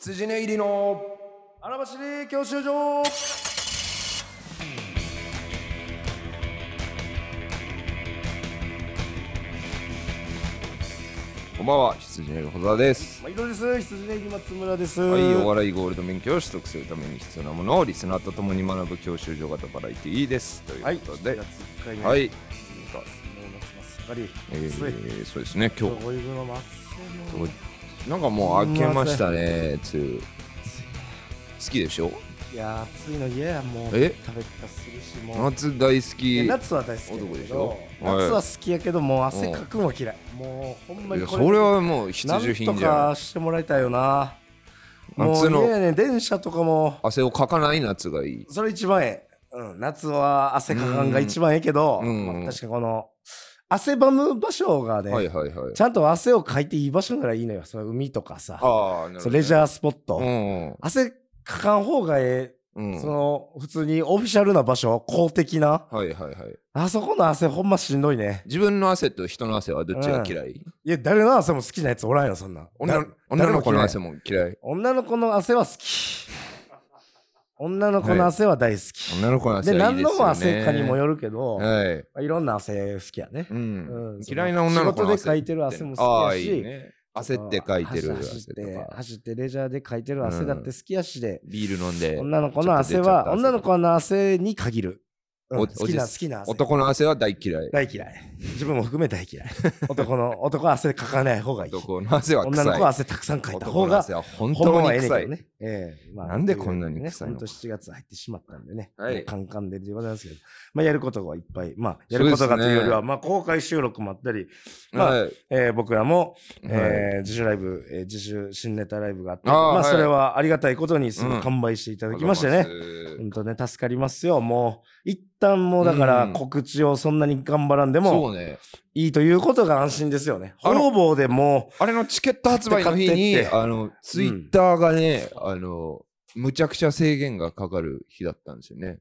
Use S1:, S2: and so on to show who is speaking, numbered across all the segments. S1: 羊ね入りの荒走り教習所こんばんは羊ね入りの保沢です
S2: 毎度です。羊ネギ松村です。
S1: はい、お笑いゴールド免許を取得するために必要なものをリスナーと共に学ぶ教習所型バラエティーですと
S2: はいいう
S1: こ
S2: 7
S1: とで、
S2: 月1回目。
S1: は
S2: もう
S1: いい
S2: 夏もすっかり。暑
S1: え
S2: い。
S1: ー、そうですね今日
S2: ドイブの松
S1: どなんかもう明けましたねつゆ好きでしょ
S2: いやー、暑いの嫌や、もう。
S1: え
S2: 食べたするし、もう。
S1: 夏大好
S2: いや
S1: き
S2: 夏は大好きやけど
S1: 男でしょはい
S2: 夏は好きやけど、もう汗かくのは嫌い。もう、ほんま
S1: い
S2: に
S1: や
S2: こ
S1: そ
S2: れ。
S1: れはもう必
S2: なん
S1: 需
S2: と
S1: 品じゃ
S2: か
S1: ん
S2: してもらいたいよな。も
S1: 夏
S2: う
S1: の
S2: 嫌やね、電車とかも。
S1: 汗をかかない夏がいい
S2: それ一番ええ。うん、夏は汗かかんが一番ええけど、
S1: うんう
S2: ま
S1: ん
S2: あ確かにこの汗ばむ場所がね、
S1: はいはいはい
S2: ちゃんと汗をかいていい場所ならいいのよ。その海とかさ、
S1: ああなるほどね
S2: そうレジャースポット。
S1: うん
S2: 汗かかん方がえ
S1: うん
S2: え、
S1: うん
S2: その普通にオフィシャルな場所、公的な。
S1: はいはいはい
S2: あそこの汗ほんましんどいね。
S1: 自分の汗と人の汗はどっちが嫌い
S2: いや、誰の汗も好きなやつおらんよ、そんなん。
S1: 女の
S2: だ
S1: 女の子の。
S2: 誰
S1: 汗
S2: も
S1: も嫌い
S2: 嫌い女の子の汗は好き。女の子の汗は大好き。
S1: 女の子の汗
S2: で、
S1: はいい
S2: 何
S1: ですよ
S2: の
S1: ね
S2: も汗かにもよるけど、
S1: はい
S2: まあいろんな汗好きやね。
S1: うん
S2: うん
S1: 嫌いな女の子の
S2: 仕
S1: 汗
S2: 事でかいてる汗も好きやし
S1: ああいいね焦ってかいてる
S2: 走
S1: 汗
S2: っ
S1: と
S2: て、
S1: か
S2: 走ってレジャーでかいてる汗だって好きやしで、
S1: ビール飲んで
S2: 女の子の汗
S1: ちょ
S2: は、
S1: っと出ちゃった汗
S2: 女の子の汗に限る。うん
S1: おお
S2: 好きな、好
S1: じ
S2: きな汗。
S1: 男の汗は大嫌い
S2: 大嫌い。自分も含め大嫌い。男の、男は汗かかない方がいい。
S1: 男の汗は臭い
S2: 女の子は汗たくさんかいた方
S1: 男の
S2: が、
S1: 汗は本
S2: ほんま
S1: 当
S2: はええね
S1: に
S2: ん
S1: 臭
S2: け
S1: い
S2: どね。ええまあ
S1: なんでこんなに臭いの
S2: ね、ほんと7月入ってしまったんでね。
S1: はい
S2: もうカンカンでって言われますけど、まあやることがいっぱい。まあやることがというより
S1: そうです
S2: は、まあ公開収録もあったり、まあ
S1: はい
S2: えー僕らも、
S1: はい
S2: えー自主ライブ、えー自主新ネタライブがあって、
S1: あー
S2: ま
S1: は
S2: あ、
S1: い
S2: それはありがたいことにす
S1: うん
S2: ぐ完売していただきましてね。
S1: ね
S2: 本当ね、助かりますよ。もう、一旦もうだから、
S1: うん
S2: 告知をそんなに頑張らんで
S1: そ
S2: も、
S1: うね
S2: いいということが安心ですよね。
S1: あ
S2: 方
S1: の
S2: 々でも
S1: あれのチケット発売の日
S2: 買
S1: に
S2: って買ってって
S1: あのツイッターがねあのむちゃくちゃ制限がかかる日だったんですよね
S2: う、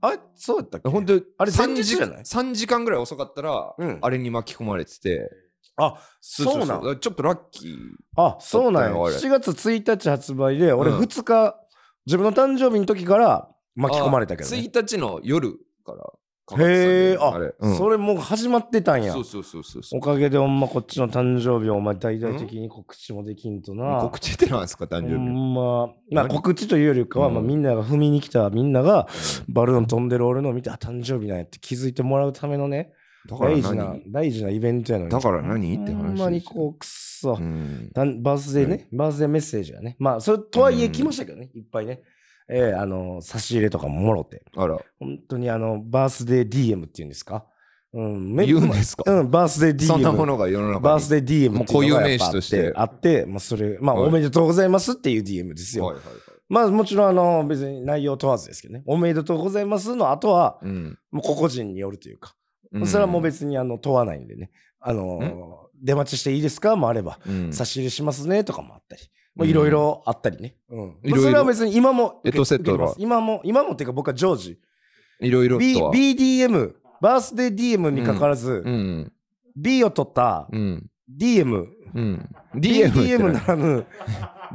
S2: あれ、そうやったっけ
S1: 本当
S2: あれ前日
S1: 3時
S2: じゃない
S1: 3時間ぐらい遅かったら
S2: うん
S1: あれに巻き込まれてて
S2: あ、そうなん
S1: だからちょっとラッキー
S2: あ、そうなんや。
S1: だったよあれ
S2: 7月1日発売で、俺
S1: うん
S2: 2日、自分の誕生日の時から巻き込まれたけど、ね。
S1: 1日の夜からかかってたんだ
S2: へえ、
S1: よ
S2: あ、
S1: れうん
S2: それもう始まってたんや
S1: そ。うそうそうそうそう
S2: おかげでほんまこっちの誕生日をお前大々的に告知もできんとな。
S1: 告知ってなんですか誕
S2: ほ
S1: 生日
S2: んま、まあ
S1: 何
S2: 告知というよりかは、
S1: うん
S2: まあみんなが踏みに来たみんながバルーン飛んでる俺のを見て、あ、誕生日なんやって気づいてもらうためのね、
S1: だから
S2: 大事な
S1: 何、
S2: 大事なイベントやのに。
S1: だから何って話
S2: ほんまにこう、くっそ。
S1: うん
S2: たんバースデーね、バースデーメッセージがね。まあ、それとはいえ
S1: うん
S2: 来ましたけどね、いっぱいね。えーあの、差し入れとかももろて。
S1: あら
S2: 本当にあの、バースデー DM っていうんですかうん、め
S1: 言うんですか
S2: うん、バースデー DM。
S1: そんなものが世の中に
S2: バースデー DM っていうのがやっぱ
S1: もう固有名詞
S2: あ
S1: と
S2: っ
S1: して
S2: てあって、まあ、それ、まあ、
S1: はい
S2: おめでとうございますっていう DM ですよ。
S1: はいはいはい
S2: まあ、もちろん、あの、別に内容問わずですけどね、おめでとうございますの後は、
S1: うん
S2: もう個々人によるというか、
S1: うん
S2: それはもう別にあの問わないんでね、あの、出待ちしていいですかもあれば、
S1: うん
S2: 差し入れしますねとかもあったり、も
S1: う
S2: うんいろいろあったりね。うん。
S1: いろいろ
S2: それは別に今も受け、
S1: エトセトラ
S2: 受けます今も、今もっていうか僕は常時、
S1: いろいろ
S2: B、
S1: とは
S2: BDM、バースデー DM にかかわらず、
S1: うん
S2: B を取った
S1: うん
S2: DM、
S1: うん
S2: BDM
S1: DM
S2: な
S1: って
S2: らぬ、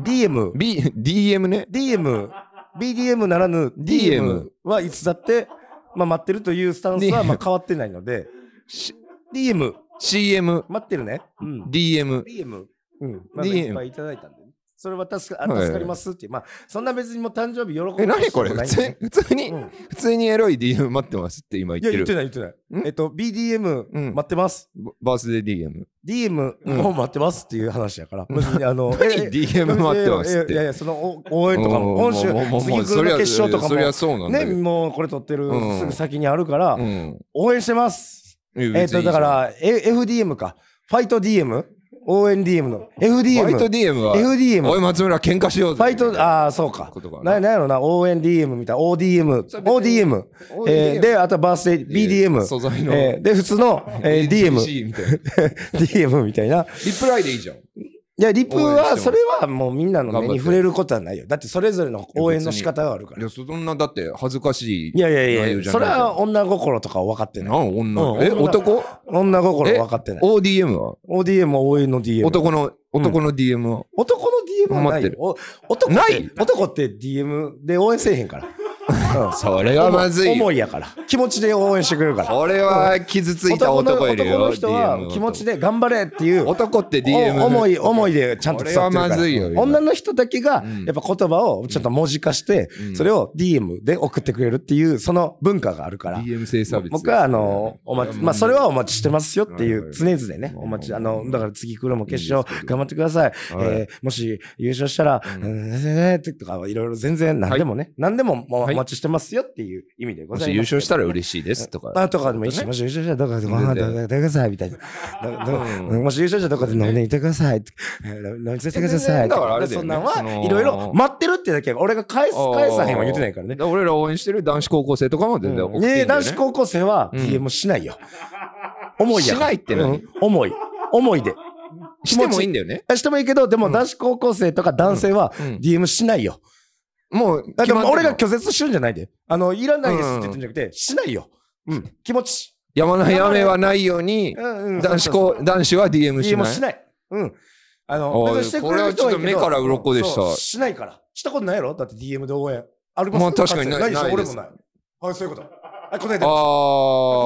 S2: DM、
S1: B DM ね
S2: DM、BDM ならぬ DM
S1: DM
S2: はいつだって、まあ、待ってるというスタンスは
S1: DM
S2: まあ変わってないので、
S1: し
S2: DM、
S1: CM
S2: 待ってるね。うん。
S1: DM
S2: DM。うん。まあ、
S1: DM
S2: いっぱいいただいたんで、ね。それは助かあ助かりますっていう。まあ、そんな別にもう誕生日喜ぶ
S1: え何これ
S2: こと
S1: 普
S2: ないん
S1: 通
S2: でね
S1: に普通に
S2: うん
S1: 普通にエロい DM 待ってますって今
S2: い
S1: 言っ
S2: や、
S1: て
S2: 言って
S1: る
S2: ない言ってない
S1: ん。
S2: えっと、
S1: うん
S2: BDM 待ってます。
S1: バースデー DM
S2: DM
S1: うん
S2: も待ってますっていう話やから。別にあの、
S1: 何 DM 待ってますっ
S2: いやい
S1: て
S2: や、そのお応援とかも、
S1: おー
S2: 今週
S1: もうもうもう、
S2: 次
S1: そ
S2: 来
S1: り
S2: る
S1: ゃ
S2: の決勝とか
S1: そりゃ
S2: も、
S1: そうなんだ
S2: ね、
S1: けど
S2: もうこれ撮ってる
S1: うん
S2: すぐ先にあるから
S1: う、ん
S2: 応援してます。
S1: え
S2: えっと、だか、ら、え FDM か。ファイト DM? 応援 DM の。
S1: 別にいいじゃんファイト
S2: FDM。
S1: DM は、
S2: FDM。
S1: おい、松村、喧嘩しよう
S2: ファイト、ああ、そうか
S1: こ。とか
S2: な、なんやろな、応援 DM みたいな、ODM、
S1: それ別
S2: ODM、えー、で、あとはバースデー、BDM、
S1: 素材の、
S2: えーで、普通の、えー、DM、
S1: DG みたいな。リ
S2: DM みたいな。
S1: プライでいいじゃん。
S2: いや、リプ
S1: 応援して
S2: は、
S1: ます
S2: それはもうみんなの
S1: 頑
S2: 目
S1: 張って
S2: に触れることはないよ。だってそれぞれの応援の仕方があるか
S1: い
S2: ら。
S1: や、そんな、だって、恥ずかしい。
S2: いやいやいや
S1: 内
S2: い
S1: 容
S2: や、
S1: じゃ
S2: そ
S1: ない
S2: れは女心とかは分かって
S1: な
S2: ない。
S1: ん女、
S2: うん
S1: え、
S2: 女
S1: 男
S2: 女心は分かってない。
S1: ?ODM は
S2: ODM は応援の DM。
S1: 男の、男の DM を。
S2: 男の DM はない
S1: 待って
S2: よ
S1: る
S2: お男っ
S1: な
S2: て
S1: い
S2: 男って DM で応援せえへ んから。うん
S1: それはまずいよ。
S2: 思いやから。気持ちで応援してくれるから。
S1: これは傷ついた男いるよ。
S2: 男の人は
S1: DM
S2: 気持ちで頑張れっていう。
S1: 男って DM
S2: お思い、思いでちゃんと伝わってるから
S1: これはまずいよ今
S2: 女の人だけが
S1: うん、
S2: やっぱ言葉をちょっと文字化して、
S1: うん
S2: それを DM で送ってくれるっていう、その文化があるから。
S1: DM 制サービス。
S2: 僕は、あの、お待ち、まあ、それはお待ちしてますよってい、
S1: はいう
S2: 常々ね、
S1: うん
S2: お待ち、あの、だから次来るも決
S1: いいです
S2: 勝
S1: けど
S2: 頑張ってください。
S1: はい
S2: えーもし優勝したら、
S1: う
S2: うんん、えーとか、いろいろ全然何でもね、何でももう
S1: は
S2: お
S1: い
S2: 待ちしてますよっていう意味でご
S1: も
S2: ざいます。
S1: し優勝したら
S2: しい。
S1: 嬉しいですとか。
S2: あとかでもいいし、
S1: ね
S2: もし優勝したらどこかでご
S1: 全
S2: 飯食べ
S1: 然
S2: てくださいみたいな。だだ
S1: う ん
S2: もし優勝したらどこかで飲みに行ってくださいって。えー飲みに連れてってください。
S1: だからあれだよ
S2: そん
S1: ね
S2: なん
S1: その
S2: は、いろいろ待ってるってだけやから俺が返す、返さへんは言ってないからね
S1: だ。俺ら応援してる男子高校生とかも全然
S2: う
S1: 送
S2: ん
S1: っていいんだ
S2: ね
S1: よね
S2: 男子高校生は
S1: うん
S2: DM しないよ。重いや
S1: しないって
S2: う
S1: 何
S2: ん重い。重いで。
S1: してもいいんだよね。
S2: あしてもいいけど、でも男子高校生とか男性は
S1: うん
S2: DM しないよ。
S1: もう、
S2: だって
S1: 決まってんの
S2: 俺が拒絶してるんじゃないで。あの、いらないですって言ってんじゃなくて、しないよ。うん。気持ち。
S1: 山のやめはないように、
S2: うんうん
S1: 男子高、男子は DM し
S2: DM
S1: ない
S2: し。ない。うん。あの、
S1: おい
S2: 別にしてくれる人はいいけど
S1: これはちょっと目から鱗でした
S2: そうしないから。したことないやろだって DM で応援。あります
S1: まあ確かにない
S2: でしょ
S1: ない
S2: 俺
S1: です
S2: もない。はい、そういうこと。はい、答えてます。
S1: ああ。こ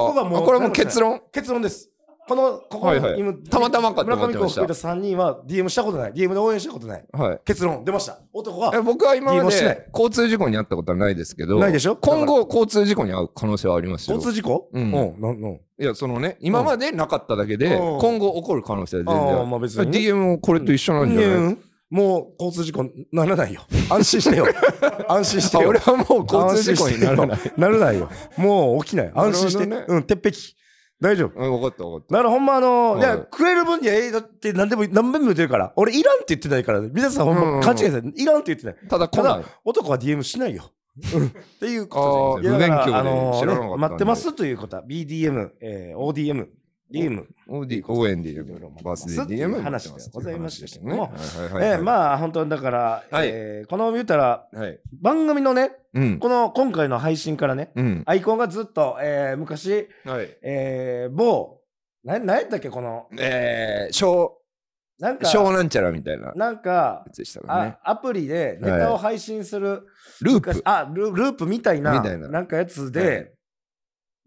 S2: こがもう
S1: これもう結論。
S2: 結論です。この、ここ
S1: は
S2: の
S1: いはい
S2: 今
S1: たまたまかと
S2: 村
S1: 思
S2: 上
S1: って
S2: 君を
S1: ました
S2: 含めた3人は DM したことない。DM で応援したことない。
S1: はい。
S2: 結論出ました。男
S1: え
S2: は。
S1: 僕は今ま
S2: DM しない
S1: で交通事故に遭ったことはないですけど、
S2: ないでしょ
S1: 今後交通事故に遭う可能性はありますよ
S2: 交。通事故
S1: うん
S2: うん。なんなん
S1: いや、そのね、今までなかっただけで、
S2: うん
S1: 今後起こる可能性は全然
S2: ああまあ別
S1: ある。
S2: にね
S1: DM もこれと一緒なんじゃない
S2: うんもう交通事故ならないよ。安心してよ。 安心して
S1: あ
S2: よ。
S1: 俺はもう交通事故にならない
S2: 安心。 してよならないよ。もう起きない。安心して。
S1: なるほど
S2: うん、鉄壁。大丈夫。
S1: うん、分かった分かっ
S2: だからほんまあの、
S1: はい
S2: い、や、くれる分にはええだって何でも、何遍も言ってるから。俺いらんって言ってないから、皆さんほん
S1: うんうん
S2: ま勘違いされいらんって言ってない。
S1: た。ただ来
S2: た
S1: な
S2: だ
S1: い。、
S2: 男は DM しないよ。うんっていうことです。
S1: あー
S2: いやだから
S1: 無免許で
S2: あのー
S1: 知らなかったんで
S2: ね待ってますということは、BDM、えー ODM、DM。
S1: OD、応援
S2: いろいろ
S1: DM、
S2: 待って
S1: バ
S2: ま
S1: ス
S2: す
S1: で DM
S2: 話でございましたけども
S1: はいはい
S2: え
S1: は
S2: ー
S1: い。
S2: まあ本当にだから、
S1: はい
S2: えーこの言うたら
S1: あ、はい。
S2: 番組のね
S1: うん。
S2: この今回の配信からね
S1: うん。
S2: アイコンがずっと、えー昔、
S1: はい。
S2: えー、某な何やったっけこの
S1: えー、小、
S2: なんか
S1: 小なんちゃらみたいなや
S2: なんか、
S1: つでしたからね
S2: あ。アプリでネタを配信する、
S1: ルー
S2: 昔
S1: プ。
S2: あルループみたいな
S1: みたいな
S2: なんかやつで、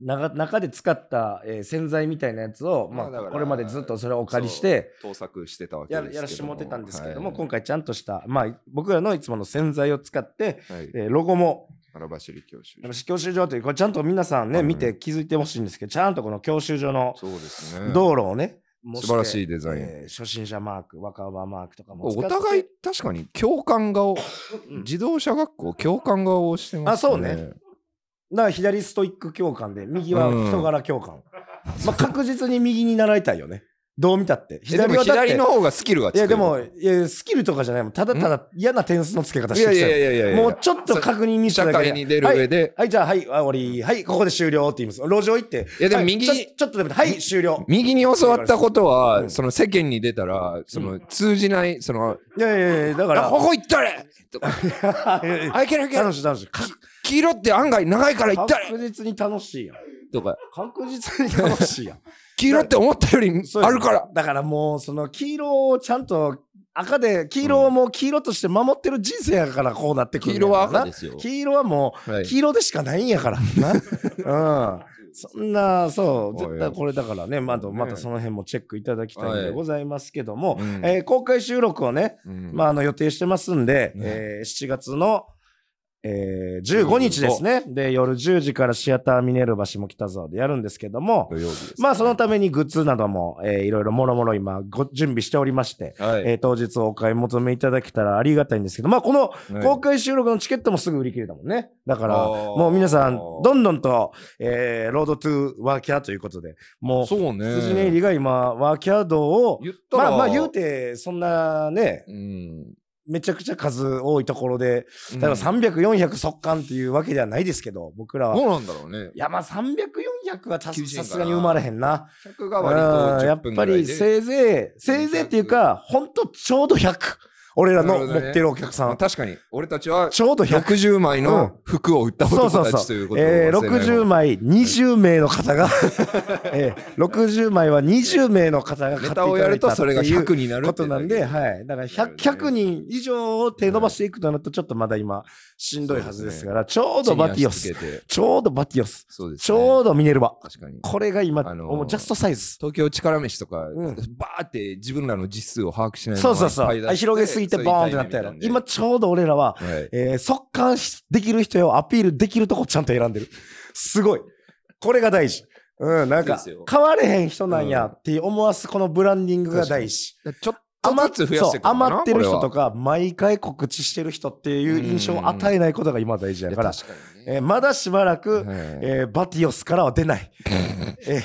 S2: なが中で使った、えー洗剤みたいなやつを、まあ
S1: まあだから
S2: これまでずっとそれをお借りして
S1: 盗作してたわけ
S2: や
S1: ですけども
S2: やらしてもらってたんですけども、
S1: はい
S2: 今回ちゃんとした、まあ、僕らのいつもの洗剤を使って、
S1: はい。
S2: えーロゴも
S1: 荒走り教習
S2: あの教習所というこれちゃんと皆さんね、
S1: うん
S2: 見て気づいてほしいんですけどちゃんとこの教習所の
S1: そうですね。
S2: 道路をね、模て
S1: 素晴らしいデザイン
S2: えー初心者マーク若葉マークとかも使
S1: お
S2: って
S1: 互い、確かに共感顔、
S2: うん
S1: 自動車学校共感顔をしてますね。
S2: あそうね。だから左ストイック教官で右は人柄教官、まあ、確実に右に習いたいよねどう見たって
S1: えでも
S2: はだって
S1: 左の方がスキルがつく
S2: い
S1: よ
S2: やでもいやスキルとかじゃないもんただただ嫌な点数の付け方
S1: い
S2: して
S1: や
S2: き
S1: いや
S2: た
S1: いや
S2: よ
S1: いやいや
S2: もうちょっと確認ミス
S1: 社
S2: だけで
S1: 会に出る上で、
S2: はい、じゃあ、はい、あ終わり。はい、ここで終了って言います。路上行って。
S1: いやでも
S2: は
S1: 右
S2: ちょちょっとでも、はい、終了。
S1: 右に教わったことは、
S2: うん
S1: その世間に出たら、その通じない、その、
S2: いやいやいや、だか
S1: あ
S2: ら。
S1: ここ行ったれと か、
S2: いやいや
S1: あいけるいける
S2: 楽しい楽しい。か
S1: 黄色って案外長いから行ったれ
S2: 確実に楽しいやん。
S1: とか、
S2: 確実に楽しいやん。
S1: 黄色って思ったより
S2: そうや
S1: あ
S2: ん
S1: るから。。
S2: だからもう、その黄色をちゃんと、赤で、黄色をもう黄色として守ってる人生やからこうなってくるん
S1: 黄
S2: や
S1: 色は
S2: ろな
S1: 赤ですよ。
S2: 黄色はも
S1: は
S2: う、
S1: い
S2: 黄色でしかないんやから。 な。うん。そんな、そう、絶対これだからね、まだまたその辺もチェックいただきたいん
S1: は
S2: で
S1: い
S2: ございますけども、
S1: うん
S2: えー公開収録をね、
S1: うん
S2: まあ、あの予定してますんで、
S1: ね
S2: えー7月の、えー15日ですね、で夜10時からシアターミネルバ下北沢でやるんですけども、
S1: 土曜日です。
S2: まあそのためにグッズなども、えーいろいろもろもろ今ご準備しておりまして、
S1: はい、
S2: えー当日お買い求めいただけたらありがたいんですけど、まあこの
S1: はい
S2: 公開収録のチケットもすぐ売り切れたもんね。だから、
S1: あー
S2: もう皆さん、どんどんと、えーロードトゥーワーキャーということで、もう、
S1: そう
S2: 辻ネイ
S1: ね。
S2: リが今、ワーキャー道を、
S1: 言った
S2: ま
S1: ら、
S2: あまあ言うて、そんなね、
S1: うん、
S2: めちゃくちゃ数多いところで、
S1: うん
S2: 例えば300、400速乾っていうわけではないですけど、僕らは。
S1: ど
S2: いう
S1: なんだろうね。
S2: や、まあ300、400はた
S1: 厳しいんか
S2: さ
S1: な
S2: すがに生まれへんな。
S1: 客が割と
S2: うんや
S1: 10
S2: っ
S1: 分ぐ
S2: ぱ
S1: らい
S2: り
S1: で
S2: せいぜい、せいぜいっていうか、ほんとちょうど100。俺らの
S1: なるほ
S2: 持
S1: どね
S2: ってるお客さん、
S1: あ確かに俺たちは
S2: ちょうど100
S1: 110枚の服を売った
S2: そうそ
S1: 男
S2: うそ
S1: た
S2: う
S1: ちということを忘
S2: え
S1: れ
S2: ー、
S1: ないよ
S2: 60
S1: うに
S2: 枚20名の方 が、えー、60枚は20名の方が買ってい
S1: ネ
S2: た
S1: タをや
S2: だ
S1: る
S2: いた
S1: と
S2: って
S1: それが
S2: いう
S1: 100になる
S2: こ
S1: って
S2: と
S1: いう
S2: な
S1: だけ
S2: んで、はい。だから
S1: なるほ
S2: 100,
S1: どね
S2: 100人以上を手伸ばしていくとなると、ちょっとまだ今、しんどいはずですから、ちょうどバティオ
S1: 地
S2: ス
S1: に。足つけて
S2: ちょうどバティオス。
S1: そうですね
S2: ちょうどミネルヴァ。
S1: 確かに
S2: これが今、
S1: あのー
S2: もうジャストサイズ。
S1: 東京力飯とか、
S2: うん
S1: バーって自分らの実数を把握しない
S2: そうそうそう。あ広げすぎてボーンってなったやろ。今、ちょうど俺らは、
S1: はい、
S2: えー速乾しできる人をアピールできるとこちゃんと選んでる。すごい。これが大事。うん、なんか
S1: そうですよ、
S2: 変われへん人なんやって思わすこのブランディングが大事。
S1: ちょっとずつ増やしていく
S2: そう余ってる人と
S1: か
S2: か、毎回告知してる人っていう印象を与えないことが今大事
S1: な
S2: や
S1: こ
S2: から
S1: れは、確かにね
S2: えーまだしばらく、
S1: はい
S2: えーバティオスからは出 ない。えー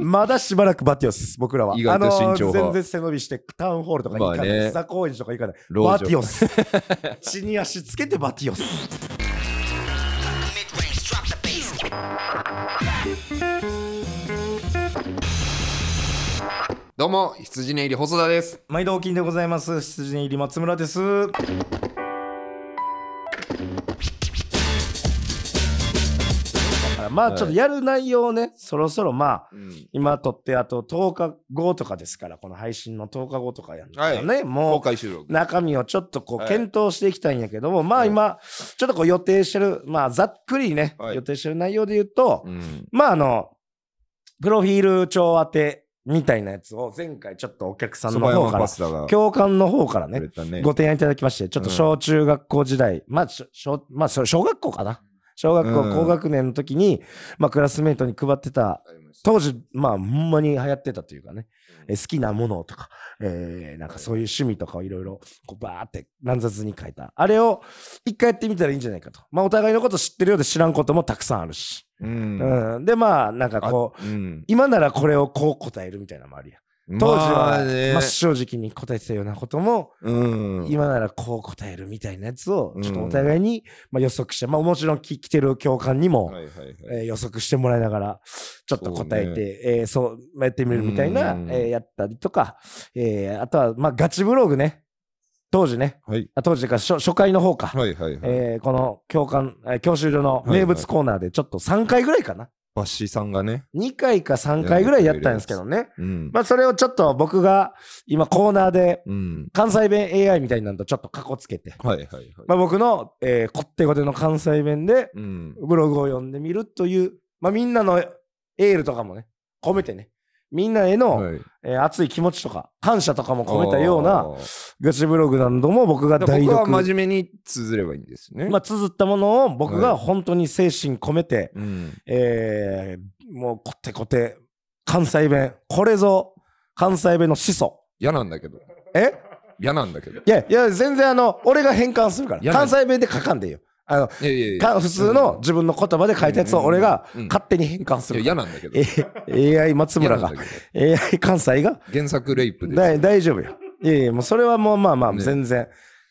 S2: まだしばらくバティオスです、僕らは。
S1: 意外と慎重
S2: あのー
S1: 派
S2: 全然背伸びして、タウンホールとか行かない、
S1: まあね
S2: 須田高円寺とか行かない。
S1: 老女
S2: バティオ ス。地に足つけてバティオス。
S1: どうも羊ね入り細田です
S2: 毎度お金でございます。羊入り松村です。まあちょっとやる内容をね、そろそろまあ、今撮ってあと10日後とかですから、この配信の10日後とかやんからね、も
S1: 公
S2: う
S1: 開収録
S2: 中身をちょっとこ
S1: は
S2: う
S1: い
S2: 検討していきたいんやけども、まあ今、ちょっとこう予定してる、まあざっくりね、
S1: はい
S2: 予定してる内容で言うと、
S1: うん
S2: まああの、プロフィール帳当てみたいなやつを前回ちょっとお客さん
S1: 蕎
S2: の
S1: 麦
S2: 方
S1: 山
S2: か
S1: パ
S2: ら、
S1: スタが
S2: 教官の方から
S1: く
S2: ね
S1: れ、たね
S2: ご提案いただきまして、ちょっと
S1: うん
S2: 小中学校時代、まあ、しょ小まあ、それ小学校かな。小学校
S1: うん
S2: 高学年の時に、まあ、クラスメートに配ってた
S1: ありました
S2: 当時、まあ、ほんまに流行ってたというかね、
S1: うん
S2: え好きなものとか、えーなんかそういう趣味とかをいろいろ、こう、バーって乱雑に書いた。あれを、一回やってみたらいいんじゃないかと。まあ、お互いのこと知ってるようで知らんこともたくさんあるし。
S1: うん
S2: うん。で、まあ、なんか
S1: あ
S2: こう、
S1: うん
S2: 今ならこれをこう答えるみたいなのもあるやん。当時
S1: ま
S2: は
S1: あ、ね
S2: 真っ正直に答えてたようなことも、
S1: うん
S2: 今ならこう答えるみたいなやつを
S1: う、ん
S2: ちょっとお互いに、まあ、予測して、まあ、もちろんき来てる教官にも、
S1: はいはいはい
S2: えー予測してもらいながら、ちょっと答えて、えーそう、まあやってみるみたいな、
S1: うんうんうん
S2: えーやったりとか、えーあとは、まあ、ガチブログね。当時ね。
S1: はい
S2: あ当時か、初初回の方か。
S1: はいはいはい
S2: えーこの教官、えー教習所の名物コーナーで、ちょっと3回ぐらいかな。
S1: バッシーさんがね
S2: 2回か3回ぐらいやったんですけどね。
S1: うん
S2: まあ、それをちょっと僕が、今コーナーで、
S1: うん
S2: 関西弁 AI みたいなのとちょっとカコつけて、
S1: はいはいはい
S2: まあ、僕の、えーこってこての関西弁で、
S1: うん
S2: ブログを読んでみるという、まあ、みんなのエールとかもね、込めてね、みんなへの、
S1: はい
S2: えー熱い気持ちとか、感謝とかも込めたよう
S1: あ
S2: な
S1: ー
S2: ガチブログなども僕が
S1: だから
S2: 代
S1: 僕は
S2: 読、ま
S1: 真面目に綴ればいいんですね。
S2: あ、綴ったものを僕
S1: は
S2: が
S1: い
S2: 本当に精神込めて、
S1: うん、
S2: えーもうこってこて、関西弁、これぞ関西弁の始祖。
S1: 嫌なんだけど。
S2: え
S1: 嫌なんだけど。い
S2: いやいや、全然あの、俺が変換するか
S1: 嫌
S2: ら。
S1: な
S2: 関西弁で書かんでいいよ。あの、
S1: やいやいや
S2: か普通の自分の言葉で書いたやつを俺が勝手に変換す
S1: いや
S2: るから
S1: 嫌なんだけど。
S2: え AI 松村が
S1: 嫌なんだけ
S2: AI 関西が
S1: ど原作レイプです。
S2: だい大丈夫よ。いや いや、もうそれはもうまあまあ
S1: ね
S2: 全然、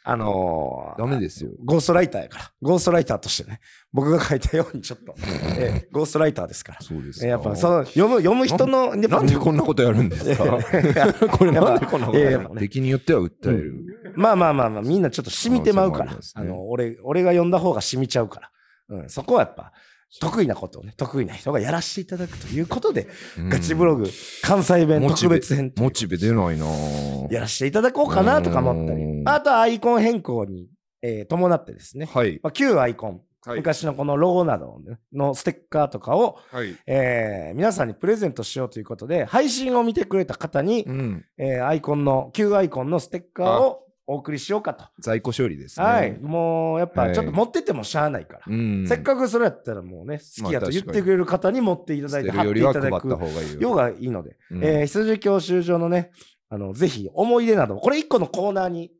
S2: あのー
S1: ダメですよ。
S2: ゴーストライターやから、ゴーストライターとしてね、僕が書いたようにちょ っと、えーゴーストライターですから。
S1: そうです
S2: えー
S1: か。
S2: やっぱその読む読む人の、やっぱ
S1: なんでこんなことやるんですか これ
S2: やっぱ
S1: なんでこんなことや
S2: いや
S1: る
S2: いや
S1: の敵によっては訴える。
S2: まあまあまあまあ、みんなちょっと染みてまうから、
S1: 可能性もあ
S2: あ
S1: りますね
S2: の俺俺が読んだ方が染みちゃうから、うん、そこはやっぱ、得意なことをね、得意な人がやらせていただくということで、
S1: うん
S2: ガチブログ、関西弁
S1: モチ
S2: 特
S1: ベ
S2: 別編という
S1: モチベ出ないなぁ
S2: やらせていただこうかなとか思った
S1: う
S2: り
S1: ー、ん
S2: あとはアイコン変更に、えー伴ってですね、
S1: はい。
S2: まあ、旧アイコン、
S1: はい。
S2: 昔のこのロゴなどのねのステッカーとかを、
S1: はい。
S2: えー皆さんにプレゼントしようということで、配信を見てくれた方に、
S1: うん。
S2: えーアイコンの、旧アイコンのステッカーをお送りしようかと。
S1: 在庫処理ですね。
S2: はい。。もう、やっ
S1: は
S2: ぱ
S1: い
S2: ちょっと持っててもしゃあないから。
S1: うん。
S2: せっかくそれやったらもうね、好きやと
S1: まあ
S2: 言っ
S1: 確かに
S2: てくれる方に持っていただ
S1: 捨
S2: い
S1: て
S2: て、
S1: る
S2: 貼っ
S1: よ
S2: て
S1: り
S2: い
S1: は
S2: た
S1: 配っ
S2: だ
S1: た
S2: く
S1: 方がいいよ。
S2: ようがいいので、
S1: うん
S2: えー、羊教習所のね、あの、ぜひ思い出など、これ一個のコーナーに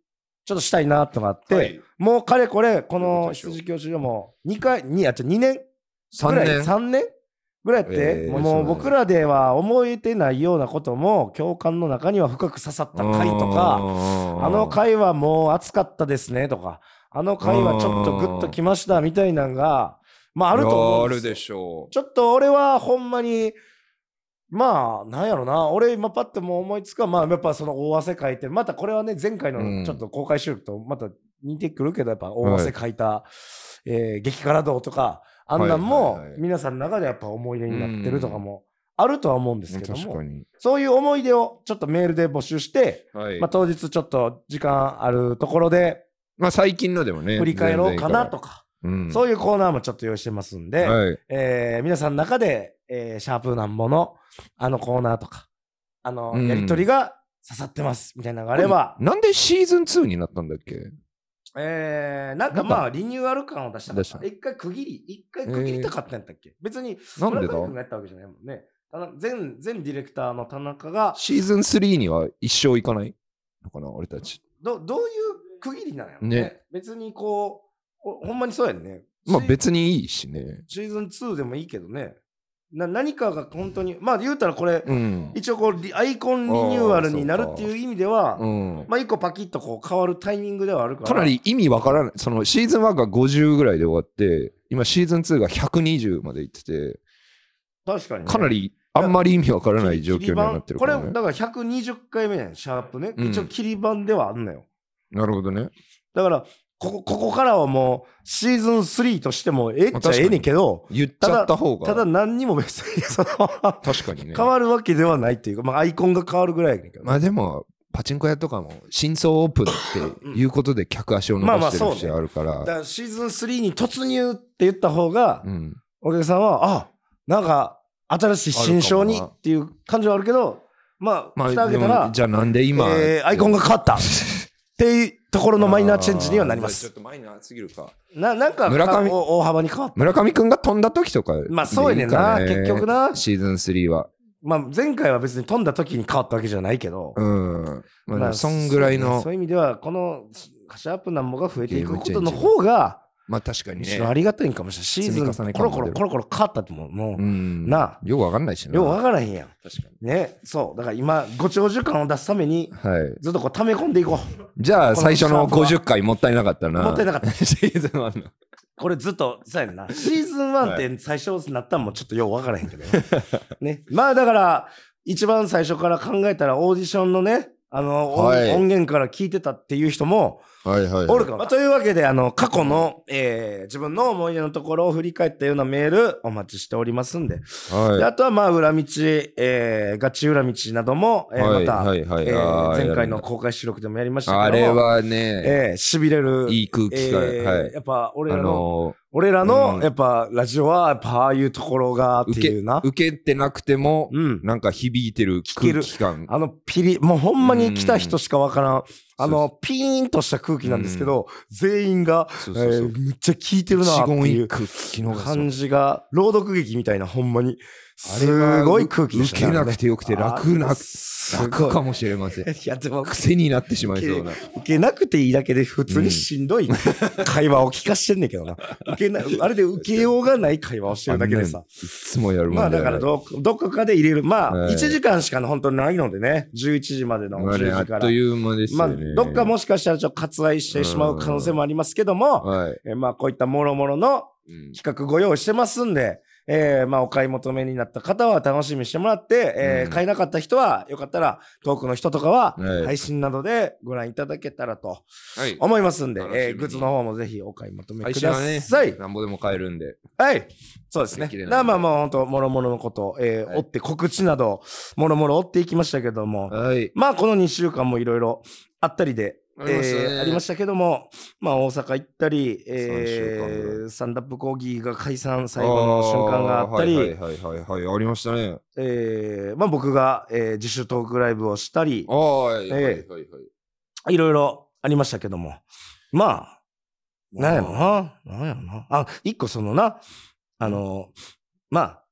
S2: ちょっとしたいなとかあって、
S1: はい
S2: もうかれこれ、この
S1: そうでしょ
S2: 羊教習所も2回、2、あ、ちょ、2年ぐ
S1: 三
S2: らい、
S1: 年。
S2: 3年ぐらいやって、
S1: えー
S2: も
S1: そうう
S2: 僕らでは思えてないようなことも、教官の中には深く刺さった回とか、あ
S1: あ
S2: の回はもう熱かったですねとか、あの回はちょっとグッときましたみたいなのが、まああると思うんで
S1: いやある
S2: すよ
S1: でしょう。
S2: ちょっと俺はほんまに、まあ、なんやろな。俺、今パッてもう思いつくは、まあ、やっぱその大汗かいてる。またこれはね、前回
S1: うん
S2: のちょっと公開収録とまた似てくるけど、やっぱ大汗かいた、えー激辛道とか、あんなんも
S1: はいはいはい
S2: 皆さんの中でやっぱ思い出になってるとかもあるとは思うんですけど
S1: 確
S2: も
S1: か、に。
S2: そういう思い出をちょっとメールで募集して、
S1: はい。
S2: まあ
S1: ま
S2: 当日ちょっと時間あるところで
S1: あ最近のでもね。
S2: 振り返ろうかなと
S1: か。
S2: か、
S1: うん。
S2: そういうコーナーもちょっと用意してますんで、
S1: はい。
S2: えー皆さんの中で、えーシャープなんぼのあのコーナーとか、あの、
S1: うん
S2: やりとりが刺さってますみたいなのがあれば、
S1: なんでシーズン2になったんだっけ
S2: えーなんか
S1: なんか
S2: まあリニューアル感を出したか
S1: 出
S2: っ
S1: した
S2: た。一回区切り、一回区切りたかったんやったっけ、別に、
S1: なんでだ
S2: 村上君がやったわけじゃないもんね。ただ全、全ディレクターの田中が、
S1: シーズン3には一生いかないのかな俺たち。
S2: どどういう区切りなんやろね
S1: ね
S2: 別にこうお、ほんまにそうやんね。
S1: まあ
S2: し
S1: 別にいいしね。
S2: シーズン2でもいいけどね。な何かが本当に、まあ言うたらこれ、
S1: うん。
S2: 一応こうリアイコンリニューアルになるっていう意味では、
S1: うん。
S2: まあ一個パキッとこう変わるタイミングではあるから。
S1: かなり意味わからない。そのシーズン1が50ぐらいで終わって、今シーズン2が120までいってて、
S2: 確かにね、
S1: かなりあんまり意味わからない状況にはなってるから、
S2: 切
S1: ね
S2: り板。これだから120回目やん、シャープね。
S1: うん
S2: 一応切り板ではあんのよ。
S1: なるほどね。
S2: だから、ここここからはもうシーズン3としてもええっちゃええねんけど、
S1: 言っちゃった方が
S2: ただ何にも別にその
S1: 確かにね。
S2: 変わるわけではないっていうか、まあアイコンが変わるぐらいやねんけど。
S1: まあでも、パチンコ屋とかも、真相オープンっていうことで客足を伸ばしてるし
S2: うん
S1: あるか
S2: だ
S1: ら、
S2: からシーズン3に突入って言った方が、
S1: うん。
S2: お客さんは、あなんか、新しい新章に
S1: あるかもな
S2: っていう感じはあるけど、まあ、
S1: まあ、
S2: 蓋開
S1: で
S2: けた
S1: も
S2: ら、
S1: じゃあなんで今、
S2: えーアイコンが変わったっていうところのマイナーチェンジにはなりま
S1: あー
S2: す
S1: ちょ。っとマイナーすぎるか。
S2: ななんか
S1: 村上
S2: かお大幅に変わった。
S1: 村上くんが飛んだ時とか。
S2: まあそうやねんな、
S1: いいかね
S2: 結局な。
S1: シーズン3は。
S2: まあ前回は別に飛んだ時に変わったわけじゃないけど、
S1: うん。まあでも、そんぐら
S2: そ
S1: い
S2: うね
S1: の
S2: そう、いう意味では、このシャープなんぼが増えていくこ
S1: ゲ
S2: と
S1: ーム
S2: の
S1: チェンジ
S2: 方が、
S1: まあ確かに
S2: む
S1: ね
S2: しろ。ありがたいんかもしれない。シーズ
S1: 積み重
S2: ン
S1: ね
S2: コ
S1: 感
S2: ロ
S1: も出
S2: コロコ
S1: る
S2: ロコロ変わったってもう、もう
S1: うん。
S2: なあ
S1: よくわかんないしな。
S2: ようわからへんやん。
S1: 確かに。
S2: ね、そう。だから今、ご長寿感を出すために、
S1: はい。
S2: ずっとこう溜め込んでいこ
S1: じゃあ、最初の
S2: このシャー
S1: 50回もったいなかった
S2: う。
S1: な。
S2: もったいなかった。
S1: シーズン1の。
S2: これずっと、そうやねん な。シーズン1って最初になったんもちょっとよう分からへんけどね。 ねまあだから、一番最初から考えたらオーディションのね、あの、音
S1: はい
S2: 音源から聞いてたっていう人も
S1: はいはいはい
S2: おるかも。まあというわけで、あの、過去の、えー自分の思い出のところを振り返ったようなメールお待ちしておりますんで。で
S1: は
S2: あとは、まあ、裏道、えーガチ裏道なども、え
S1: い。
S2: ー
S1: はい
S2: また、
S1: はいはい
S2: えー
S1: あー
S2: 前回の公開収録でもやりましたけども
S1: あれはね、
S2: えー、しびれる、
S1: いい空
S2: え
S1: 気感。
S2: ー
S1: はい。
S2: やっぱ俺
S1: あ
S2: らの、
S1: の
S2: 俺らの、
S1: うん
S2: やっぱラジオはやっぱああいうところがって
S1: ー、受
S2: いうな
S1: け、。受けてなくても、
S2: うん。
S1: なんか響いてる
S2: ける
S1: 空気感。
S2: あのピリ、もうほんまに来た人しかわからん、あの、ピーンとした空気なんですけど、全員が、
S1: そ
S2: え
S1: うそうそう。
S2: ーめっちゃ聞いてるなって
S1: 一言
S2: い
S1: 一
S2: う
S1: 句聞き逃
S2: 感
S1: す。
S2: じが、朗読劇みたいな、ほんまに、
S1: あれは
S2: すごい空気でした
S1: 受けなくてよくて楽な
S2: あすごい
S1: 楽かもしれません。
S2: いや、で も、
S1: 癖になってしま いそうな。
S2: 受けなくていいだけで普通にしんどい会話を聞かしてんねんけどな。受けな、あれで受けようがない会話をしてるだけでさ
S1: あん。ないつもやるもん
S2: まあ
S1: じゃ
S2: だか
S1: ない
S2: らどこ、どこかで入れる。まあ、
S1: はい
S2: 1時間しか本当にないのでね。11時までの
S1: まあね
S2: 10
S1: あ
S2: 時
S1: っ
S2: か
S1: と
S2: ら。
S1: いう間です
S2: ま
S1: よ
S2: あ、
S1: ね。
S2: どっかもしかしたらちょっと割愛してしまう可能性もありますけども、
S1: はい。
S2: えまあこういったもろもろの
S1: うん
S2: 企画ご用意してますんで、えーまあお買い求めになった方は楽しみにしてもらって、えー
S1: うん
S2: 買えなかった人はよかったら遠くの人とかは
S1: はい
S2: 配信などでご覧いただけたらと
S1: はい。
S2: 思いますんで、
S1: 楽しみに
S2: えーグッズの方もぜひお買い求め
S1: 配
S2: く
S1: 信
S2: だ
S1: はね
S2: さい、。
S1: なんぼでも買えるんで。
S2: はい。そうですね
S1: 売り切れ。なんで
S2: だまあまあ本当、もろもろのこと、えー
S1: はい
S2: 追って告知など、もろもろ追っていきましたけども、
S1: はい。
S2: まあこの2週間もいろいろあったりで、
S1: ありましたね
S2: えーありましたけども、まあ大阪行ったり、
S1: 三週間
S2: え
S1: ぐら
S2: ー、スタンダップ講義が解散最後の瞬間があったり、
S1: ーはいはいはいはいはい。ありましたね。
S2: えーまあ僕が、えー自主トークライブをしたり、
S1: ああ、はいはいはい
S2: え
S1: はい。
S2: いろいろありましたけども、まあ、なんやろ
S1: あ
S2: な。なんやろな。あ、一個そのな、あの、まあ、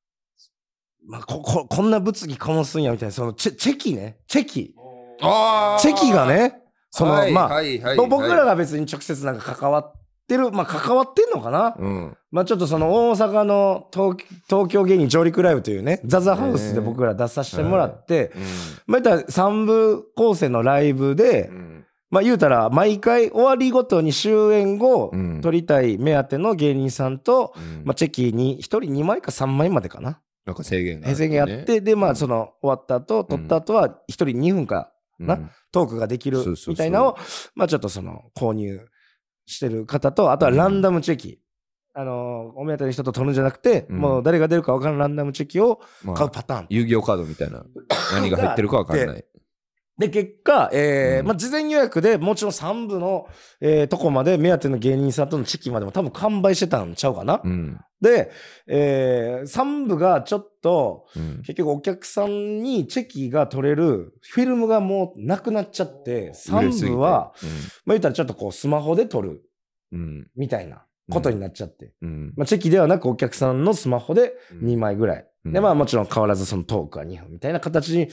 S2: まあ、こ、こ、こんな物議かもすんやみたいな、その、チェ、チェキね。チェキ。
S1: あー
S2: チェキが、ね、その、
S1: はい
S2: まあ、
S1: はいはい
S2: ぼ僕ら
S1: はい
S2: が別に直接なんか関わってる、まあ、関わってんのかな、
S1: うん。
S2: まあ、ちょっとその、大阪の東東京芸人上陸ライブというね、ザザハウスで僕ら出させてもらって、まあ、言ったら3部構成のライブで、
S1: うん。
S2: まあ、言うたら、毎回終わりごとに終演後、
S1: うん
S2: 撮りたい目当ての芸人さんと、
S1: うん
S2: まあ、チェキに1人2枚か3枚までかな
S1: なんか制限がある
S2: 平
S1: とね、
S2: 成やって、で、まあ、その、終わった後、撮った後は、一人2分か、
S1: うん、
S2: なトークができる
S1: そうそうそう
S2: みたいなのを、まあ、ちょっとその、購入してる方と、あとはランダムチェキ。あのーお目当ての人と撮るんじゃなくて、
S1: うん
S2: もう誰が出るか分からんランダムチェキを
S1: まあ
S2: 買うパターン。
S1: 遊戯王カードみたいな何が入ってるかわかんない。
S2: で、結果、えー
S1: うん
S2: まあ、事前予約でもちろん3部の、えーとこまで目当ての芸人さんとのチェキまでも多分完売してたんちゃうかな。
S1: うん
S2: で、え3部がちょっと、
S1: うん
S2: 結局お客さんにチェキが取れるフィルムがもうなくなっちゃって、
S1: 売れ
S2: 3
S1: すぎて
S2: 部は、、まあ、言ったらちょっとこうスマホで撮る
S1: うんうん
S2: みたいなことになっちゃって。
S1: うん
S2: まあ、チェキではなくお客さんのスマホで
S1: うん
S2: 2枚ぐらい。
S1: うん
S2: で、まあもちろん変わらずそのトークは2分みたいな形に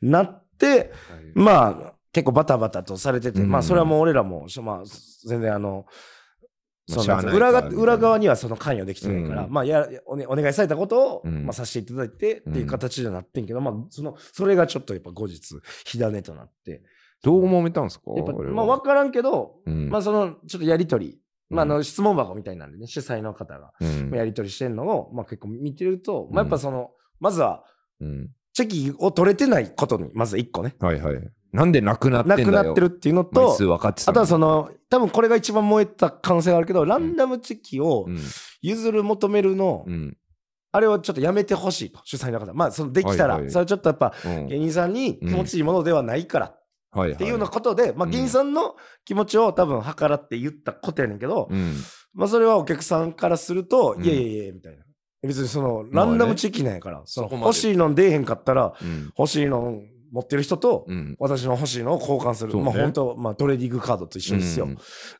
S2: なって、まあ結構バタバタとされてて、
S1: うん
S2: まあそれはもう俺らも、しょまあ全然あの、
S1: まあ
S2: そ
S1: しゃ
S2: の
S1: あない
S2: 裏が
S1: かみたいな
S2: 裏側にはその関与できてないから、
S1: うん
S2: まあやお,、ね、お願いされたことを、
S1: うん
S2: まあ、させていただいてっていううん形にはなってんけど、まあそのそれがちょっとやっぱ後日火種となって
S1: どう揉めたんですか
S2: やっぱ
S1: 俺
S2: まあ
S1: は
S2: 分からんけど、
S1: うん
S2: まあそのちょっとやり取り、まあ、あ
S1: う
S2: の質問箱みたいなんでね主催の方が
S1: うん
S2: まあやり取りしてるのを、まあ、結構見てると、まあ、
S1: うん
S2: やっぱその、まずは
S1: うん
S2: チェキを取れてないことにまず1個ね
S1: はいはい。なんでなくなってん
S2: な
S1: だよ
S2: くなってるっていうの
S1: 枚
S2: と
S1: 数分かってた
S2: あとは
S1: の
S2: その多分これが一番燃えた可能性があるけどランダムチェキを
S1: うん
S2: 譲る求めるの、
S1: うん
S2: あれをちょっとやめてほしいと主催の方まあそのできたら、
S1: はいはい
S2: それはちょっとやっぱ
S1: うん
S2: 芸人さんに気持ちいいものではないから
S1: はいはい。
S2: っていうようなことで、まあ、
S1: うん
S2: 芸人さんの気持ちを多分計らって言ったことやねんけど、
S1: うん
S2: まあそれはお客さんからすると、
S1: うん
S2: いやいやいや、みたいな。別にその、
S1: まあ
S2: ラ
S1: ね
S2: ンダムチェキなんやから、その
S1: そこまで
S2: 欲しいの出えへんかったら、
S1: うん
S2: 欲しいの持ってる人と、
S1: うん。
S2: 私の欲しいのを交換する。
S1: そうね
S2: まあ本当、まあトレーディングカードと一緒ですよ。
S1: うん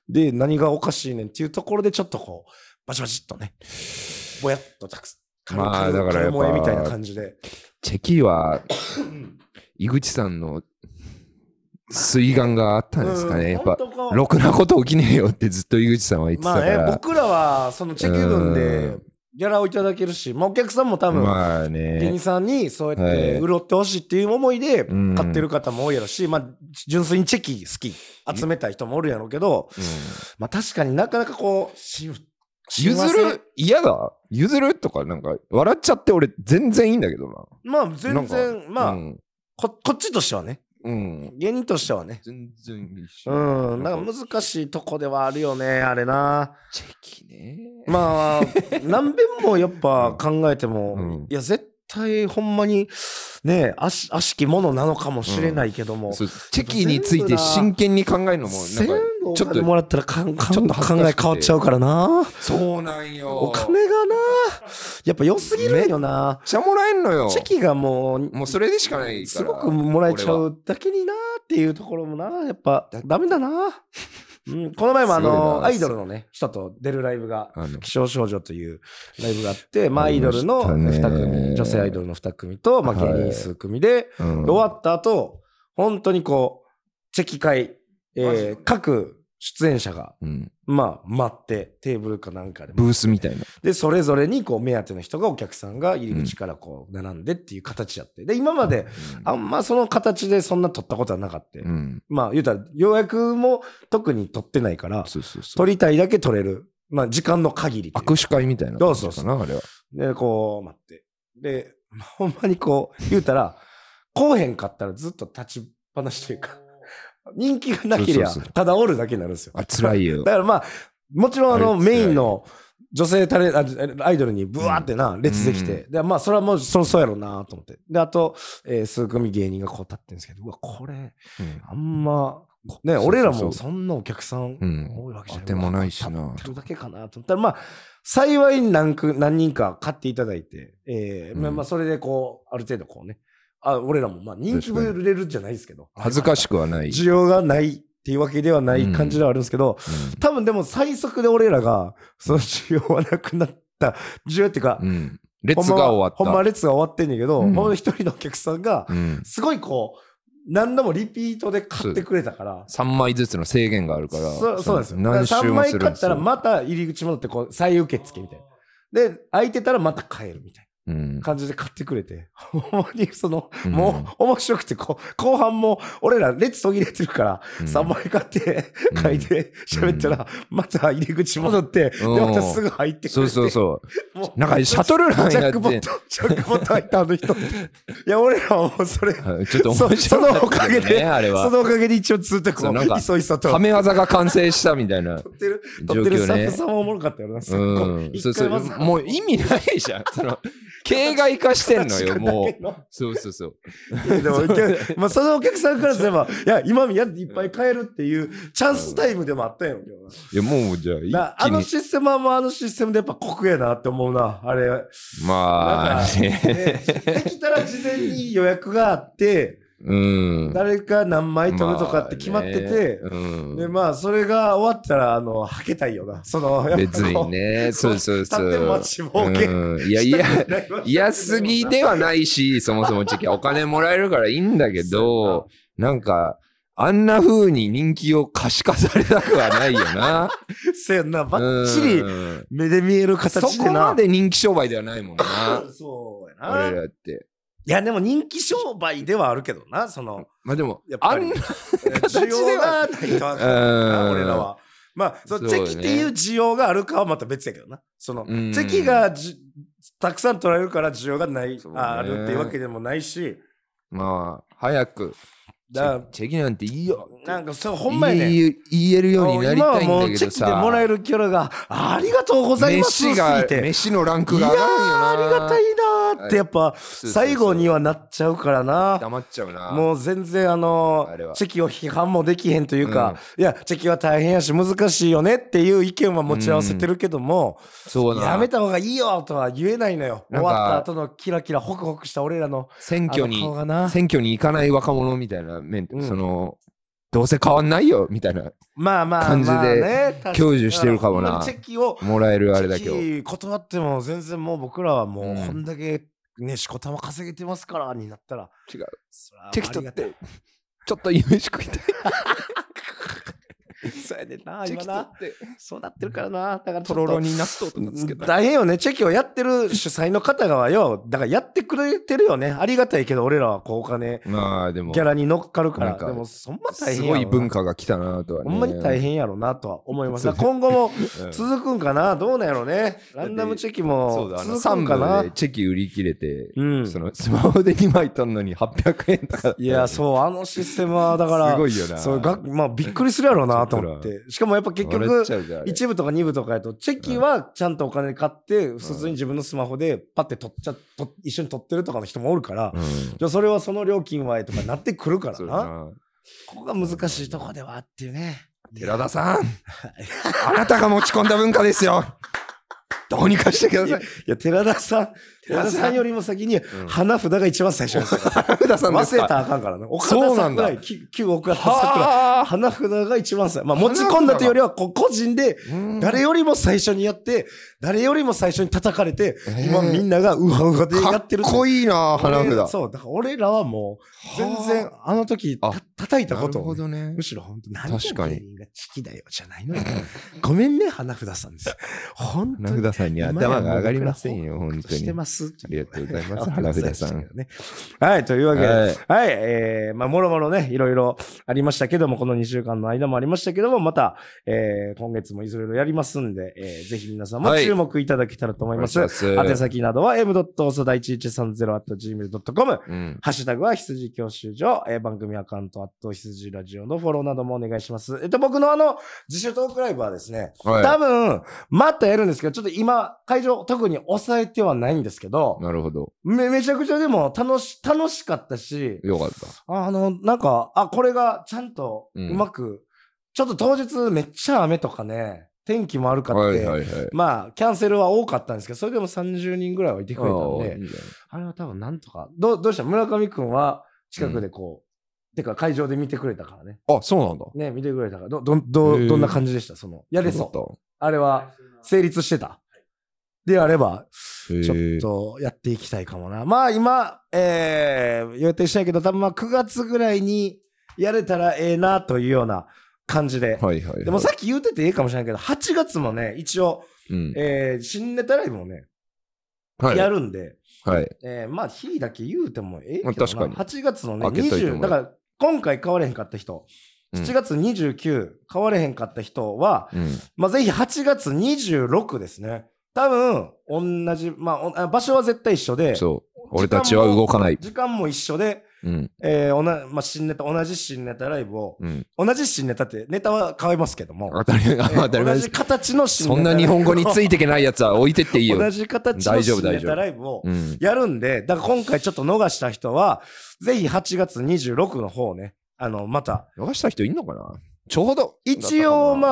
S2: で、何がおかしいねんっていうところで、ちょっとこう、バチバチっとね、ぼやっとたくさん。
S1: まあ
S2: 軽々
S1: だからやっぱ
S2: 軽萌えみたいな感じで。
S1: チェキは、井口さんの水眼があったんですかね。やっぱ、ろ
S2: 6
S1: くなこと起きねえよってずっと井口さんは言ってた
S2: まあ
S1: か
S2: ね
S1: ら。、
S2: 僕らは、そのチェキ分
S1: う
S2: で
S1: ん、
S2: ギャラをいただけるし、まあお客さんも多分、
S1: まあ
S2: 芸
S1: ね
S2: 人。さんにそうやっ
S1: はい
S2: て潤ってほしいっていう思いで
S1: うん
S2: 買ってる方も多いやろし、まあ、純粋にチェキ好き集めたい人もおるやろうけど、まあ、確かになかなかこうし
S1: 譲
S2: 幸せ
S1: る嫌だ譲るとかなんか笑っちゃって俺全然いいんだけどな。
S2: まあ全
S1: なん
S2: 然まあ、
S1: うん。
S2: ここっちとしてはね
S1: うん
S2: 芸人としてはね
S1: 全然いいし。
S2: うんなんか難しいとこではあるよねあれな
S1: チェキね。
S2: まあ何遍もやっぱ考えても、
S1: うん
S2: いや絶対ほんまにね悪し悪しきものなのかもしれないけども、
S1: そうチェキについて真剣に考えるのもなん
S2: 全
S1: か
S2: 部お
S1: ちょっと
S2: 金もらったらかんかん
S1: ちょっと恥ず
S2: 考
S1: かし
S2: え
S1: くて
S2: 変わっちゃうからな
S1: そうなんよ
S2: お金がなやっぱ良すぎるんよな
S1: めっちゃもらえんのよ
S2: チェキがもう
S1: もうそれでしかないから
S2: すごくもらえちゃうだけになっていうところもなやっぱダメだな、うん、この前もあ
S1: すごい
S2: の
S1: な
S2: アイドルのね人と出るライブが
S1: あの
S2: 気象少女というライブがあって、まあ、
S1: あ
S2: アイ
S1: り
S2: ド
S1: ま
S2: ル
S1: した
S2: の
S1: ね
S2: 2組女性アイドルの2組と、まあ、芸人数組で、
S1: うん
S2: で終わった後本当にこうチェキ会、
S1: マジ
S2: えー各出演者が
S1: うん
S2: まあ、待って、テーブルかなんかで。
S1: ブースみたいな
S2: で、それぞれに、こう、目当ての人が、お客さんが入り口からこう、並んでっていう形やって。で、今まで、あんまその形でそんな撮ったことはなかった。
S1: うん
S2: まあ、言うたら、予約も特に撮ってないから、
S1: そうそうそ
S2: 撮
S1: う
S2: りたいだけ撮れる。まあ、時間の限りという
S1: 握手会みたいな感じ
S2: そうそう
S1: か
S2: そ
S1: なあれは
S2: で、こう、待って。で、 ほんまにこう、言うたら、こうへんかったらずっと立ちっぱなしという か、人気がなけりゃ
S1: そうそうそ、
S2: ただおるだけになるんですよ。
S1: あ辛いよ
S2: だからまあ、もちろんあの
S1: あれ辛
S2: メ
S1: い
S2: インの女性タレあアイドルにブワーってな、列できて、でまあ、それはもうそそうやろうなと思って。で、あと、えー数組芸人がこう立ってるんですけど、うわ、これ、
S1: うん
S2: あんま、こね、
S1: そうそうそう
S2: 俺らもそんなお客さん
S1: うん
S2: 多いわけじゃ
S1: 当てもないしな
S2: 立ってるだけかなと思ったら、まあ、幸い何く何人か買っていただいて、えーまあ、
S1: うん
S2: まあそれでこう、ある程度こうね、あ俺らもまあ人気ぶれるじゃないですけど、
S1: 恥ずか
S2: しい
S1: しくはない
S2: 需要がないっていうわけではない感じではあるんですけど、多分でも最速で俺らがその需要はなくなった需要っていうか、
S1: うんうん列
S2: ほんま
S1: が
S2: は
S1: 終
S2: ほんま
S1: わ
S2: は
S1: っ
S2: 列が終わってんだけど、
S1: うん
S2: ほんまに一人のお客さんが
S1: たうん
S2: すごいこう何度もリピートで買ってくれたから。
S1: 3枚ずつの制限があるから
S2: そそうなんですよ。だから
S1: 何周
S2: 3
S1: も
S2: 枚
S1: するん
S2: 買
S1: で
S2: っ
S1: す
S2: たら
S1: よ
S2: また入り口戻ってこう再受付みたいな。で、空いてたらまた買えるみたい
S1: うん。
S2: 感じで買ってくれて、ほんまにその、
S1: うん
S2: もう面白くてこう、後半も俺ら列途切れてるから、
S1: うん
S2: 3枚買って、
S1: うん
S2: 書いて、喋ったら、また入り口戻って、で、
S1: うん
S2: またすぐ入ってくれて。
S1: そうそうそう
S2: も
S1: う。なんかシャトルラン
S2: ジャッ
S1: やって
S2: クボット、ジャックボット入ったあの人って。いや、俺らはもう それ、
S1: はいちょっと面白かっ
S2: そそ
S1: たけど
S2: のおかげで
S1: ね、あれ
S2: そ
S1: は。
S2: のおかげで一応ずっとこ
S1: そう
S2: う、
S1: なんか
S2: いそいそと。
S1: はめ技が完成したみたいな。
S2: 撮ってる、
S1: 状
S2: 撮ってる
S1: 況
S2: スタッ
S1: ね
S2: フさんもおもろかったよな。すっごい
S1: うん。そ
S2: 一
S1: う
S2: 回
S1: そう。
S2: まず、
S1: もう意味ないじゃん。その、形骸化してんのよ、もう。
S2: う。
S1: そうそうそう。
S2: いやでも、まあ、そのお客さんからすれば、いや、今宮っていっぱい買えるっていうチャンスタイムでもあったんやろうけどな。
S1: いや、もうじゃ
S2: な
S1: あ、一
S2: あ
S1: 気
S2: の
S1: に。
S2: システムはもうあのシステムでやっぱ酷やなって思うな、あれ。
S1: まあ、
S2: なんか、
S1: ね。
S2: ね、できたら事前に予約があって、
S1: うん。
S2: 誰か何枚取るとかって決まってて、
S1: まあねうん
S2: で、まあ、それが終わったら、あの、はけたいよな。その、やっぱこう
S1: 別に。ね、そうそうそ
S2: 立って
S1: う
S2: 待。ちぼうけ
S1: うんいやいや、 嫌すぎ
S2: で
S1: ではな いし、そもそも時期お金もらえるからいいんだけど、なんか、あんな風に人気を可視化されたくはないよ な。
S2: せやんな、ばっちり
S1: うん
S2: 目で見える
S1: そ
S2: 形でな。
S1: こまで人気商売ではな いもんな。
S2: そうやな。
S1: 俺
S2: い
S1: らって。
S2: や、でも人気商売ではあるけどな、そ の、
S1: まあでも
S2: やっ、ぱ
S1: あ
S2: り
S1: んな、
S2: 需要がないとあかんからな、
S1: うん
S2: 俺らは。まあ、そ
S1: そう
S2: の
S1: ね
S2: チェキっていう需要があるかはまた別やけどな。その、チ
S1: うん
S2: ェキがじたくさん取られるから需要がない、
S1: そうね
S2: ああるっていうわけでもないし、
S1: まあ、早く、チ
S2: だ
S1: ェチェキなんていいよ。
S2: なんかそう、ほんまやね。
S1: 言い言えるようになり
S2: 今
S1: た
S2: はいも
S1: ん
S2: う
S1: だ
S2: チ
S1: け
S2: ェ
S1: ど
S2: キでもらえ
S1: さ。
S2: るキャラがあありがとうございますすぎ
S1: 飯が、
S2: て。
S1: 飯のランク
S2: いや
S1: が
S2: ー
S1: 上がるんよな。
S2: ありがたいなーってやっぱ
S1: そうそうそう
S2: 最後にはなっちゃうからな。
S1: 黙っちゃうな。
S2: もう全然あの
S1: あれは
S2: チェキを批判もできへんというか、いやチェキは大変やし難しいよねっていう意見は持ち合わせてるけども、
S1: そうな
S2: やめた方がいいよとは言えないのよ終
S1: なんか
S2: わった後のキラキラホクホクした俺らの
S1: 選
S2: あ
S1: 挙
S2: の
S1: に
S2: 顔がな
S1: 選挙に行かない若者みたいな面、
S2: うん
S1: そのどうせ変わんないよみたいな
S2: まあまあ
S1: 感じで
S2: まあね
S1: 享受してるかもな
S2: ほんまにチェキを
S1: もらえるあれだ
S2: チ
S1: けを
S2: ェキ断っても全然もう僕らはもう
S1: うん
S2: こんだけねしこたま稼げてますからになったら
S1: 違う
S2: そら
S1: チェキ取っ
S2: あり
S1: てちょっと夕飯食いたい
S2: がたいそうやねんな
S1: チェ
S2: 今
S1: キ取
S2: な
S1: って
S2: そうなってるからなだからちょっと
S1: とろろに納豆とかつけたい
S2: 大変よね、チェキをやってる主催の方がはよ、だからやってくれてるよね、ありがたいけど、俺らはこうお金、
S1: まあでも
S2: ギャラに乗っかるか
S1: な
S2: ら、
S1: んか
S2: でもそんな大変
S1: す
S2: やろ
S1: ご
S2: ない
S1: 文化が来たなとはね
S2: ほんまに大変やろなとは思います。
S1: そ
S2: だ
S1: う
S2: から今後も
S1: うん
S2: 続くんかな、どうなんやろね、ランダムチェキ
S1: そう
S2: も
S1: だあの
S2: 続くん
S1: 3
S2: か
S1: 部
S2: な
S1: で。チェキ売り切れて、
S2: うん、
S1: そのスマホで2枚取るのに800円とかだった
S2: いや、そう、あのシステムはだから、
S1: すごいよな
S2: そうがまあ、びっくりするやろうなと思っ
S1: ち
S2: て、しかもやっぱ結
S1: 笑っ
S2: 局、
S1: ちゃうじゃんあれ
S2: 一部とか二部とかやと、チェキはちゃんとお金買って、普通に自分のスマホでパッて取っちゃ、と一緒に取ってるとかの人もおるから、
S1: うん
S2: じゃあそれはその料金はえとかなってくるから
S1: そうだ
S2: な。
S1: な
S2: ここが難しいとこではあっていうね。
S1: 寺田さんあなたが持ち込んだ文化ですよどうにかしてくだ
S2: い
S1: さ
S2: や
S1: い
S2: いや、寺田さん、寺田さんよりも先に花札が一番最初ですから
S1: 寺田さんです
S2: 忘れ
S1: か
S2: たらあかんからね。岡
S1: そ
S2: 田
S1: うな
S2: さ
S1: ん
S2: ん
S1: だ
S2: ぐらいき9億あった桜。
S1: は
S2: 花札が一番最初。まあ持ち込んだというよりは、こう個人で、
S1: あ
S2: 誰よりも最初にやって、誰よりも最初に叩かれて、
S1: えー
S2: 今みんながウハウハでやってる
S1: かっこいいな花
S2: 俺
S1: 札
S2: そう、だから俺らはもう、全然
S1: は
S2: あの時
S1: あ
S2: た叩いた
S1: あ
S2: こ
S1: な
S2: と
S1: る
S2: を
S1: ほ
S2: ね、
S1: どね
S2: むしろ本当何
S1: 確かに
S2: 芸人がチキだよじゃないのよ。ごめんね、花札さん です。本当
S1: 花
S2: に。
S1: 札さんに頭が上がりませんよ本当
S2: して
S1: に
S2: ます。
S1: ありがとうございます花札さん。
S2: はい、というわけで、
S1: はい
S2: はい、えー、まあ、もろもろね、いろいろありましたけども、この2週間の間もありましたけども、また、えー、今月もいろいろやりますんで、えー、ぜひ皆さんも
S1: はい
S2: 注目いただけたらと思います。宛
S1: 宛
S2: 先などは m. おそだ 1130.gmail.com。
S1: うん
S2: ハッシュタグは羊教習所、えー番組アカウント、アット羊ラジオのフォローなどもお願いします。えっと、僕のあの、自主トークライブはですね、
S1: は
S2: 多分、またやるんですけど、ちょっと今、会場特に抑えてはないんですけど
S1: い、なるほど
S2: め、めちゃくちゃでも楽し、楽しかったし、
S1: よかっ
S2: ああの、なんか、あ、これがちゃんとうまく、ちょっと当日めっちゃ雨とかね、天気も悪か
S1: た
S2: った。
S1: はいはいはい
S2: まあ、キャンセルは多かったんですけど、それでも30人ぐらいはいてくれたんで
S1: あ、ーいいじ
S2: あれは多分なんとか。どう、どうした村上くんは近くでこう、てか会場で見てくれたからね。
S1: ゃんあそうなんだ
S2: ね、見てくれたから。ど、どん、ど
S1: へ
S2: う、
S1: ー
S2: どんな感じでしたその、やれ
S1: よ
S2: そう。
S1: かっ
S2: あれは成立してた。であれば、
S1: たへー
S2: ちょっとやっていきたいかもな。まあ今、えー、予定したいけど、多分まあ9月ぐらいにやれたらええなというような感じで。
S1: はいはいはい
S2: でもさっき言っててええかもしれないけど、8月もね、一応、
S1: うん
S2: えー、新ネタライブもね、
S1: はい。
S2: やるんで、
S1: はい。
S2: えーまあ、日だけ言うてもええけどな、
S1: まあ確かに
S2: 8月のね、
S1: 開けといても
S2: 20、だから今回買われへんかった人、
S1: うん
S2: 7月29、買われへんかった人は、
S1: うん。
S2: まあ、ぜひ8月26ですね。多分、同じ、まあお、あ場所は絶対一緒で、
S1: そう。
S2: 時間も
S1: 俺たちは動かない。
S2: 時間も一緒で、
S1: うん。
S2: えーおなまあ、新ネタ、同じ新ネタライブを、
S1: うん。
S2: 同じ新ネタって、ネタは変えますけども、
S1: 当たり前、
S2: えー
S1: 当たり前
S2: 同
S1: で
S2: じ
S1: す。
S2: 形の新ネ
S1: そ
S2: タ
S1: んな日本語についていけないやつは置いてっていいよ
S2: 同。じ形の
S1: 大丈夫
S2: 新ネ
S1: 大丈
S2: タ
S1: 夫
S2: ライブを
S1: うん。
S2: やるんで、だから今回ちょっと逃した人は、ぜひ8月26の方ね、あの、また、
S1: 逃した人いんのかなちょうど。
S2: 一応
S1: あ、
S2: ま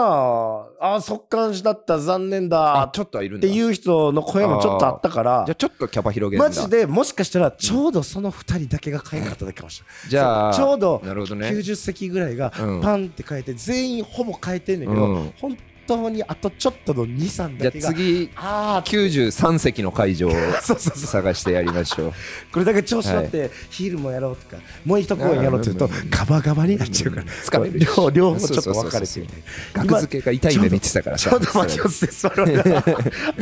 S2: あ、あー、速乾しだった、残念
S1: あ
S2: だ、
S1: ちょっとはいるん
S2: っ
S1: だ。
S2: ていう人の声もちょっとあったから
S1: じゃあ、ちょっとキャパ広げるん
S2: マ
S1: だ。
S2: ジでもしかしたらちょうどその2人だけが買えなかっただけかもしれない。
S1: じゃあ、
S2: ちょうど
S1: なるほどね。
S2: 90席ぐらいが
S1: うん
S2: パンって変えて全員ほぼ変えてんねんけど、
S1: うん
S2: 本当にあとちょっとの2、3
S1: じゃ
S2: だ
S1: あ
S2: けが。
S1: 次、
S2: あー
S1: 93席の会場を
S2: そうそうそう
S1: 探してやりましょう。
S2: これだけ調子乗ってヒールもやろうとかもう一公演やろうって言うと
S1: あー
S2: ガバガバになっちゃうから
S1: 疲れるし
S2: 両両方ちょっと
S1: そうそ
S2: 分
S1: うそ
S2: か
S1: う
S2: れて
S1: そう
S2: みたいな
S1: 額付けが痛い目見てたから
S2: ち
S1: さ。
S2: ょっと待ちを捨て座るな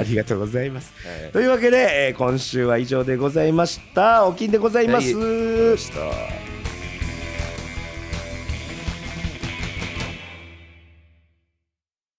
S2: ありがとうございますというわけで、えー今週は以上でございましたお金でございます、
S1: はいどうした